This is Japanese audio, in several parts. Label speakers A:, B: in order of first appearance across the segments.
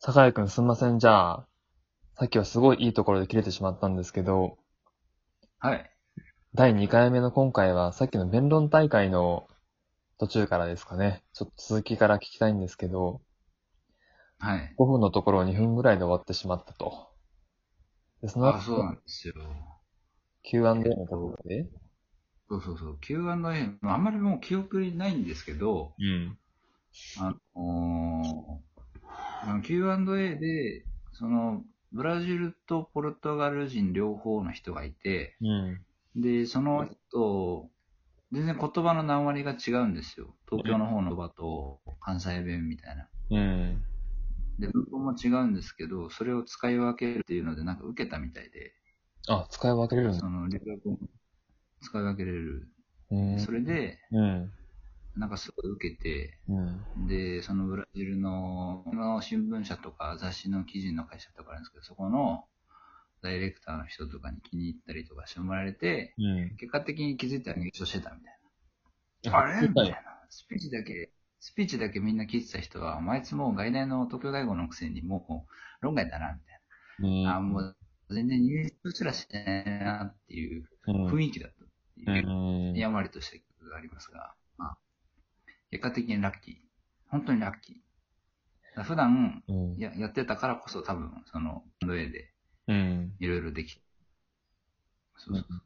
A: 酒井くんすんません。じゃあ、さっきはすごいいいところで切れてしまったんですけど、
B: はい。
A: 第2回目の今回はさっきの弁論大会の途中からですかね。ちょっと続きから聞きたいんですけど、
B: はい。
A: 5分のところを2分ぐらいで終わってしまったと。で、その
B: あ、
A: 後
B: そうなんですよ。
A: Q&A のところで。
B: そうそうそう。Q&A、まああんまりもう記憶にないんですけど、
A: うん。
B: あのーあの Q&A で、その、ブラジルとポルトガル人両方の人がいて、
A: うん。
B: で、その人、全然言葉の何割が違うんですよ。東京の方の言葉と関西弁みたいな。
A: うん。
B: で、文法も違うんですけど、それを使い分けるっていうので、なんか受けたみたいで、
A: あ、使い分けれるんだ。
B: その、留学も使い分けれる。
A: うん。
B: それで、
A: うん。
B: なんかすごい受けて、
A: うん。
B: で、そのブラジルのの新聞社とか雑誌の記事の会社とかあるんですけど、そこのダイレクターの人とかに気に入ったりとかしてもらえて、
A: うん。
B: 結果的に気づいたら優勝してたみたいな。
A: あ
B: あ
A: 聞い
B: れみ
A: た
B: たい
A: よ
B: な。スピーチだけ、スピーチだけみんな聞いてた人は、あいつもう外大の東京外語のくせにもう論外だな、みたい
A: うん。
B: な。あ、もう全然入賞すらしてないなっていう
A: うん、
B: 雰囲気だったっていう。
A: うん。
B: やんわりとした記憶がありますが、まあ、結果的にラッキー。本当にラッキー。だから普段
A: うん。
B: ややってたからこそ多分、その、Q&A で
A: うん。
B: いろいろできそうそう
A: う
B: そう。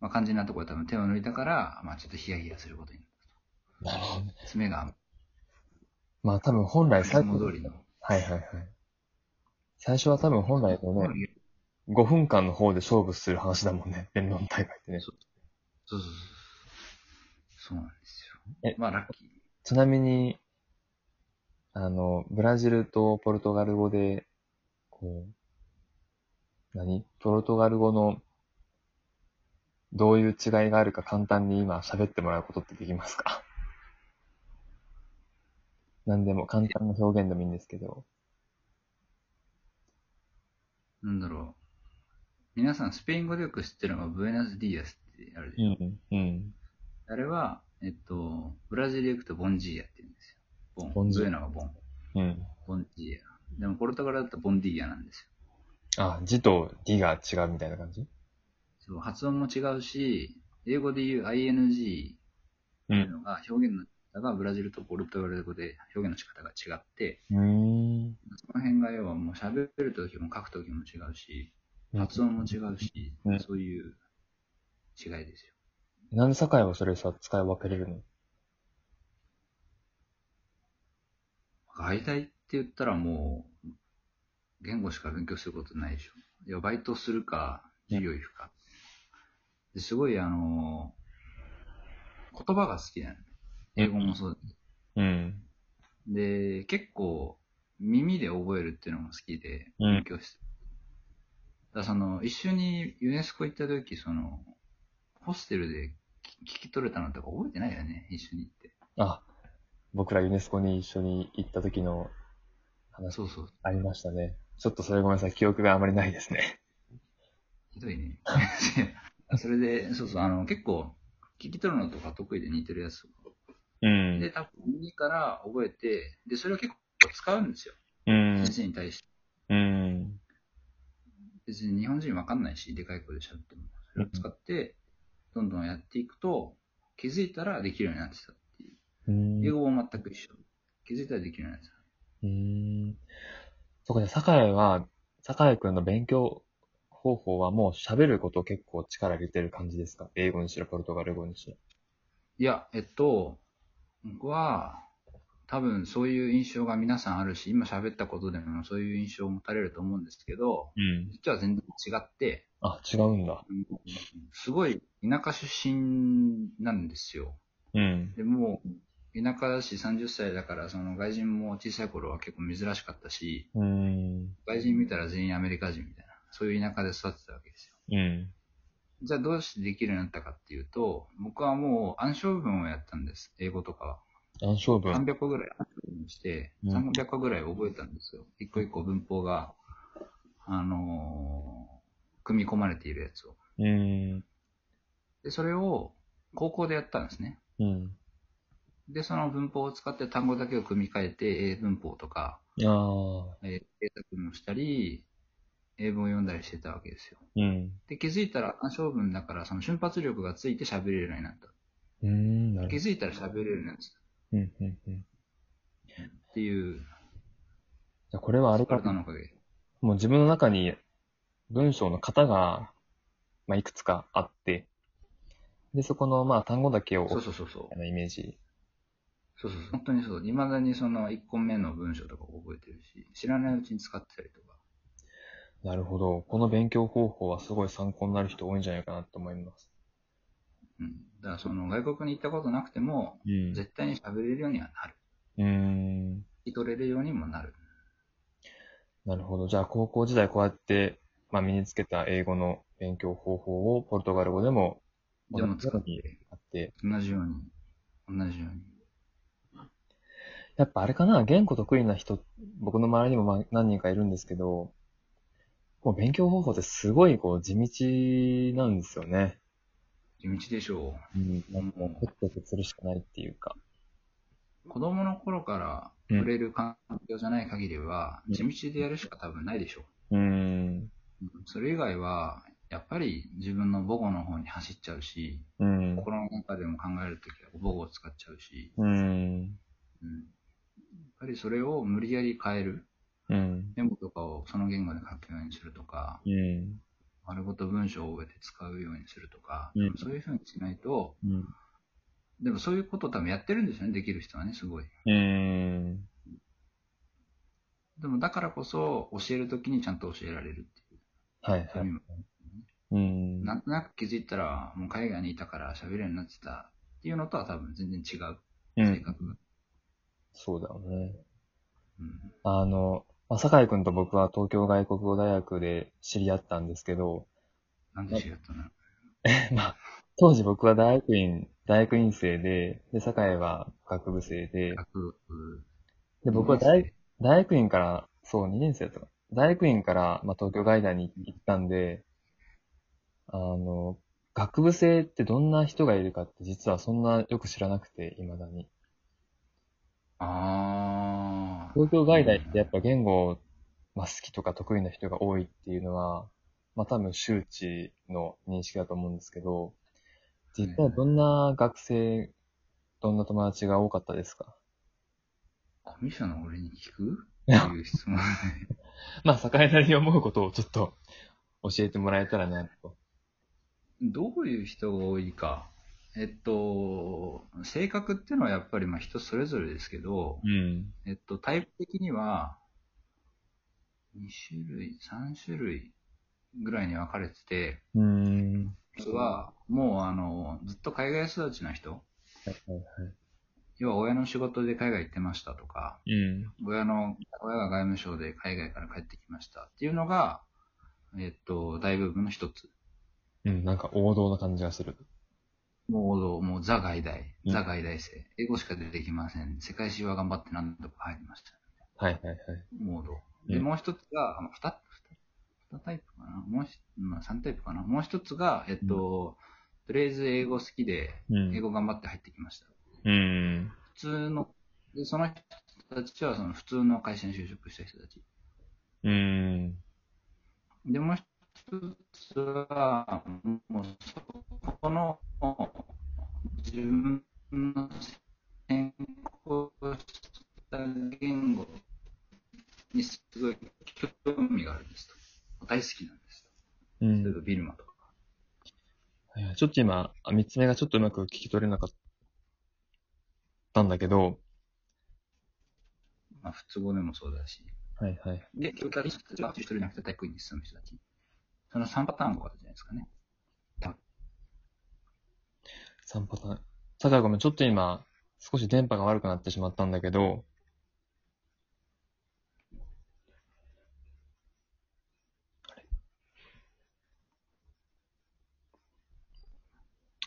B: まあ、肝心なところは多分手を抜いたから、まあちょっとヒヤヒヤすることになっ
A: なるほどね。
B: た。爪が、
A: まあ多分本来
B: いつ
A: 最
B: も
A: 初。
B: 通りの。
A: はいはいはい。最初は多分本来のね、
B: そ
A: 5分間の方で勝負する話だもんね。弁論大会ってね。
B: うそうそう。そうなんです
A: え
B: よ。まあラッキー。
A: ちなみに、あの、ブラジルとポルトガル語で、こう、何ポルトガル語の、どういう違いがあるか簡単に今喋ってもらうことってできますか 何でも簡単な表現でもいいんですけど。
B: なんだろう。皆さんスペイン語でよく知ってるのがブエナスディアスってあるでしょ
A: ん。うん。
B: あれは、えっと、ブラジル行くとボンジーヤって言うんですよ。ボン。
A: ボンジー
B: そういうのがボン。
A: うん。
B: ボンジーヤ。でもポルトガルだったらボンディーヤなんです
A: あ、字と義が違うみたいな感じ
B: よ。そう発音も違うし、英語で言う ing っていうのが表現の仕方がブラジルとポルトガル語で表現の仕方が違って、
A: うん。
B: その辺が要はもう喋るときも書くときも違うし、発音も違うし、
A: うん
B: そういう違いですよ。
A: なんで酒井はそれさ、使い分けれるの
B: 外大って言ったらもう、言語しか勉強することないでしょ。いや、バイトするか、授業行くか。ですごい、あのー言葉が好きなの。英語もそう
A: うん。
B: だで、結構、耳で覚えるっていうのも好きで、
A: うん
B: 勉強して。だからその、一緒にユネスコ行った時、その、ホステルで聞聞き取れたのとか覚えてないよね、一緒に行って。
A: あ、僕らユネスコに一緒に行った時の話
B: そうそう。
A: ありましたね。ちょっとそれごめんなさい、記憶があまりないですね。
B: ひどいね。 それで、そうそう、あの、結構、聞き取るのとか得意で似てるやつ。
A: う
B: で、
A: ん。
B: 多分耳から覚えて、で、それを結構使うんですよ。
A: うん
B: 先。生に対して。
A: うん。
B: 別に日本人わかんないし、でかい声で喋っても。それを使って、どんどんやっていくと、気づいたらできるようになってたっていう。
A: うん
B: 英語も全く一緒。気づいたらできるようになってた。
A: うん。そこで酒井は、酒井くんの勉強方法はもう喋ることを結構力入れてる感じですか英語にしろ、ポルトガル語にしろ。
B: いや、えっと、僕は、多分そういう印象が皆さんあるし、今喋ったことでもそういう印象を持たれると思うんですけど、
A: うん。
B: 実は全然違って、
A: あ、違うんだ。
B: すごい田舎出身なんですよ。
A: うん。
B: でも、田舎だし30歳だから、その外人も小さい頃は結構珍しかったし、
A: うん。
B: 外人見たら全員アメリカ人みたいな、そういう田舎で育ってたわけですよ。
A: うん。
B: じゃあどうしてできるようになったかっていうと、僕はもう暗証文をやったんです、英語とかは。
A: 暗証文。
B: 300個ぐらい暗証文して、
A: うん
B: 300個ぐらい覚えたんですよ。一個一個文法が、あのー組み込まれているやつを。
A: うん。
B: で、それを高校でやったんですね。
A: うん。
B: で、その文法を使って単語だけを組み替えて、英文法とか、
A: ああ、
B: えー英作文をしたり、英文を読んだりしてたわけですよ。
A: うん。
B: で、気づいたら、単小文だから、その瞬発力がついて喋れるようになった。
A: うーん、な
B: 気
A: るほ
B: づいたら喋れるようになった
A: ど。うん、うん、うん。
B: っていう、
A: じゃあこれはあれか
B: 体のおかげ。
A: もう自分の中に文章の型が、まあ、いくつかあって、で、そこの、まあ、単語だけを、
B: そうそうそうそう。
A: あのイメージ。
B: そうそうそう。本当にそう。未だにその1個目の文章とか覚えてるし、知らないうちに使ってたりとか。
A: なるほど。この勉強方法はすごい参考になる人多いんじゃないかなと思います。
B: うん。だからその外国に行ったことなくても、
A: うん
B: 絶対に喋れるようにはなる。
A: うーん。
B: 聞き取れるようにもなる。
A: なるほど。じゃあ、高校時代こうやって、まあ、身につけた英語の勉強方法をポルトガル語でも
B: でも使っ
A: 同じよ
B: て、
A: あって、
B: 同じように、同じように。
A: やっぱあれかな、言語得意な人、僕の周りにもまあ何人かいるんですけど、もう勉強方法ってすごいこう地道なんですよね。
B: 地道でしょ
A: うん。
B: う。
A: も
B: も
A: う、コツコツするしかないっていうか。
B: う、子供の頃から
A: うん
B: 触れる環境じゃない限りは、
A: うん
B: 地道でやるしか多分ないでしょ
A: うーん。
B: う。うんそれ以外は、やっぱり自分の母語の方に走っちゃうし、
A: うん。う
B: 心の中でも考えるときは母語を使っちゃうし、
A: ーん。
B: うんやっぱりそれを無理やり変える。
A: うん。
B: メモとかをその言語で書くようにするとか、
A: うん。
B: 丸ごと文章を覚えて使うようにするとか、
A: うん
B: そういうふうにしないと、
A: うん。
B: でもそういうことを多分やってるんですよね、できる人はね、すごい。
A: うん。
B: でもだからこそ、教えるときにちゃんと教えられるっていう。
A: はい
B: そ
A: は
B: う
A: い
B: いう意。味も
A: うん。
B: なんとなく気づいたら、もう海外にいたから喋るようになってたっていうのとは多分全然違う、
A: う
B: 性
A: ん。
B: 格が。
A: そうだよね。
B: うん
A: あの、まあ、酒井くんと僕は東京外国語大学で知り合ったんですけど、
B: なんで知り合ったの
A: まあ、当時僕は大学院、大学院生で、で、酒井は学部生で、
B: 学
A: で、僕は大
B: 大
A: 大学院から、そう、2年生だったかな。大学院から、まあ、東京外大に行ったんで、あの、学部生ってどんな人がいるかって実はそんなよく知らなくて、未だに。
B: ああ。
A: 東京外大ってやっぱ言語、まあ、好きとか得意な人が多いっていうのは、まあ、多分周知の認識だと思うんですけど、実際どんな学生、どんな友達が多かったですか
B: コミュ障の俺に聞くってい う質問。
A: まあ、境なりに思うことをちょっと教えてもらえたらなと。
B: どういう人が多いか。えっと、性格っていうのはやっぱりまあ人それぞれですけど、
A: うん。
B: えっと、タイプ的には、2種類、3種類ぐらいに分かれてて、
A: うーん。
B: 一つは、もうあの、ずっと海外育ちの人。
A: はいはいは
B: 要は親の仕事で海外行ってましたとか、
A: い。うん。
B: 親の、親が外務省で海外から帰ってきましたっていうのが、えっと、大部分の一つ。
A: うん、なんか王道な感じがする。
B: もう、もうザ外大、
A: うん
B: ザ外大生、英語しか出てきません。世界史は頑張って何とか入りました。
A: はいはいはい。
B: モード。で、
A: うん
B: もう一つが、あの二、二タイプかなもうひ、まあ、三タイプかなもう一つが、えっと、とりあえず英語好きで、
A: う
B: 英
A: ん。
B: 語頑張って入ってきました。
A: うん。
B: 普通の、で、その人たちはその普通の会社に就職した人たち。
A: うん。
B: で、もう一つは、もうそこの、自分の専攻した言語にすごい興味があるんですと。大好きなんです
A: う
B: と。例え
A: ん。
B: ばビルマとか。
A: いやちょっと今、あ三つ目がちょっとうまく聞き取れなかったんだけど、
B: まあ、普通語でもそうだし。
A: はいはい。
B: で、教科書たちは一人じゃなくて大学院に進む人たち。その3パターンがあるじゃないですかね。
A: 3パターン。坂井ごめん、ちょっと今、少し電波が悪くなってしまったんだけど、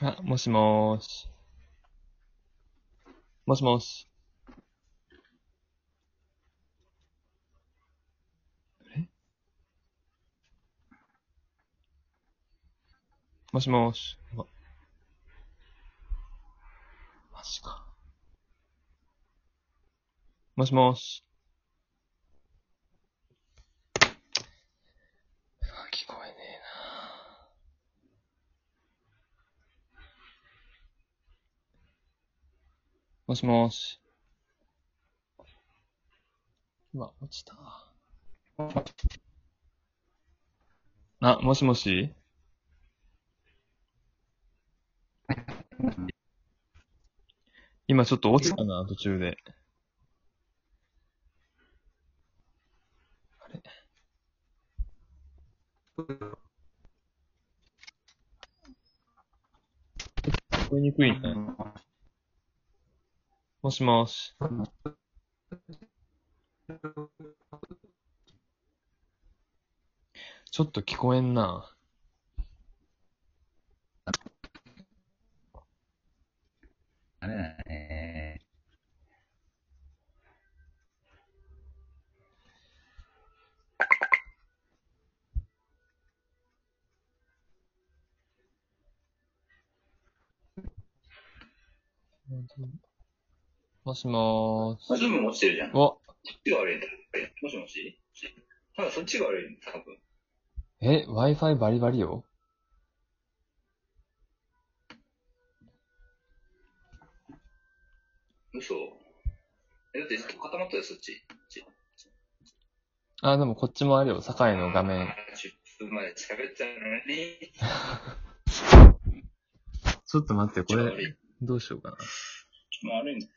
A: あれあ、もしもーし。もしもし。あれもしもーし。マジか。もしもし。うわ聞こえねえなもしもし。うわ、落ちた。あ、もしもし今ちょっと落ちたな、途中で。聞こえにくいな。もしもし。ちょっと聞こえんな。
C: ダメだね。
A: もしもーし。
B: ズームも落ちてるじゃん。こ
A: お、
B: っちが悪いんだ。もしもし多分そっちが悪いんだ、多分。
A: え、Wi-Fi バリバリよ
B: 嘘。え、だって固まったよ、そっち。
A: あ、でもこっちもあるよ。堺の画面。
B: 10分前喋ったのに。
A: ちょっと待って、こ
B: こっちが
A: れ
B: 悪い。こ、
A: どうしようかな。
B: っちも悪いんだ。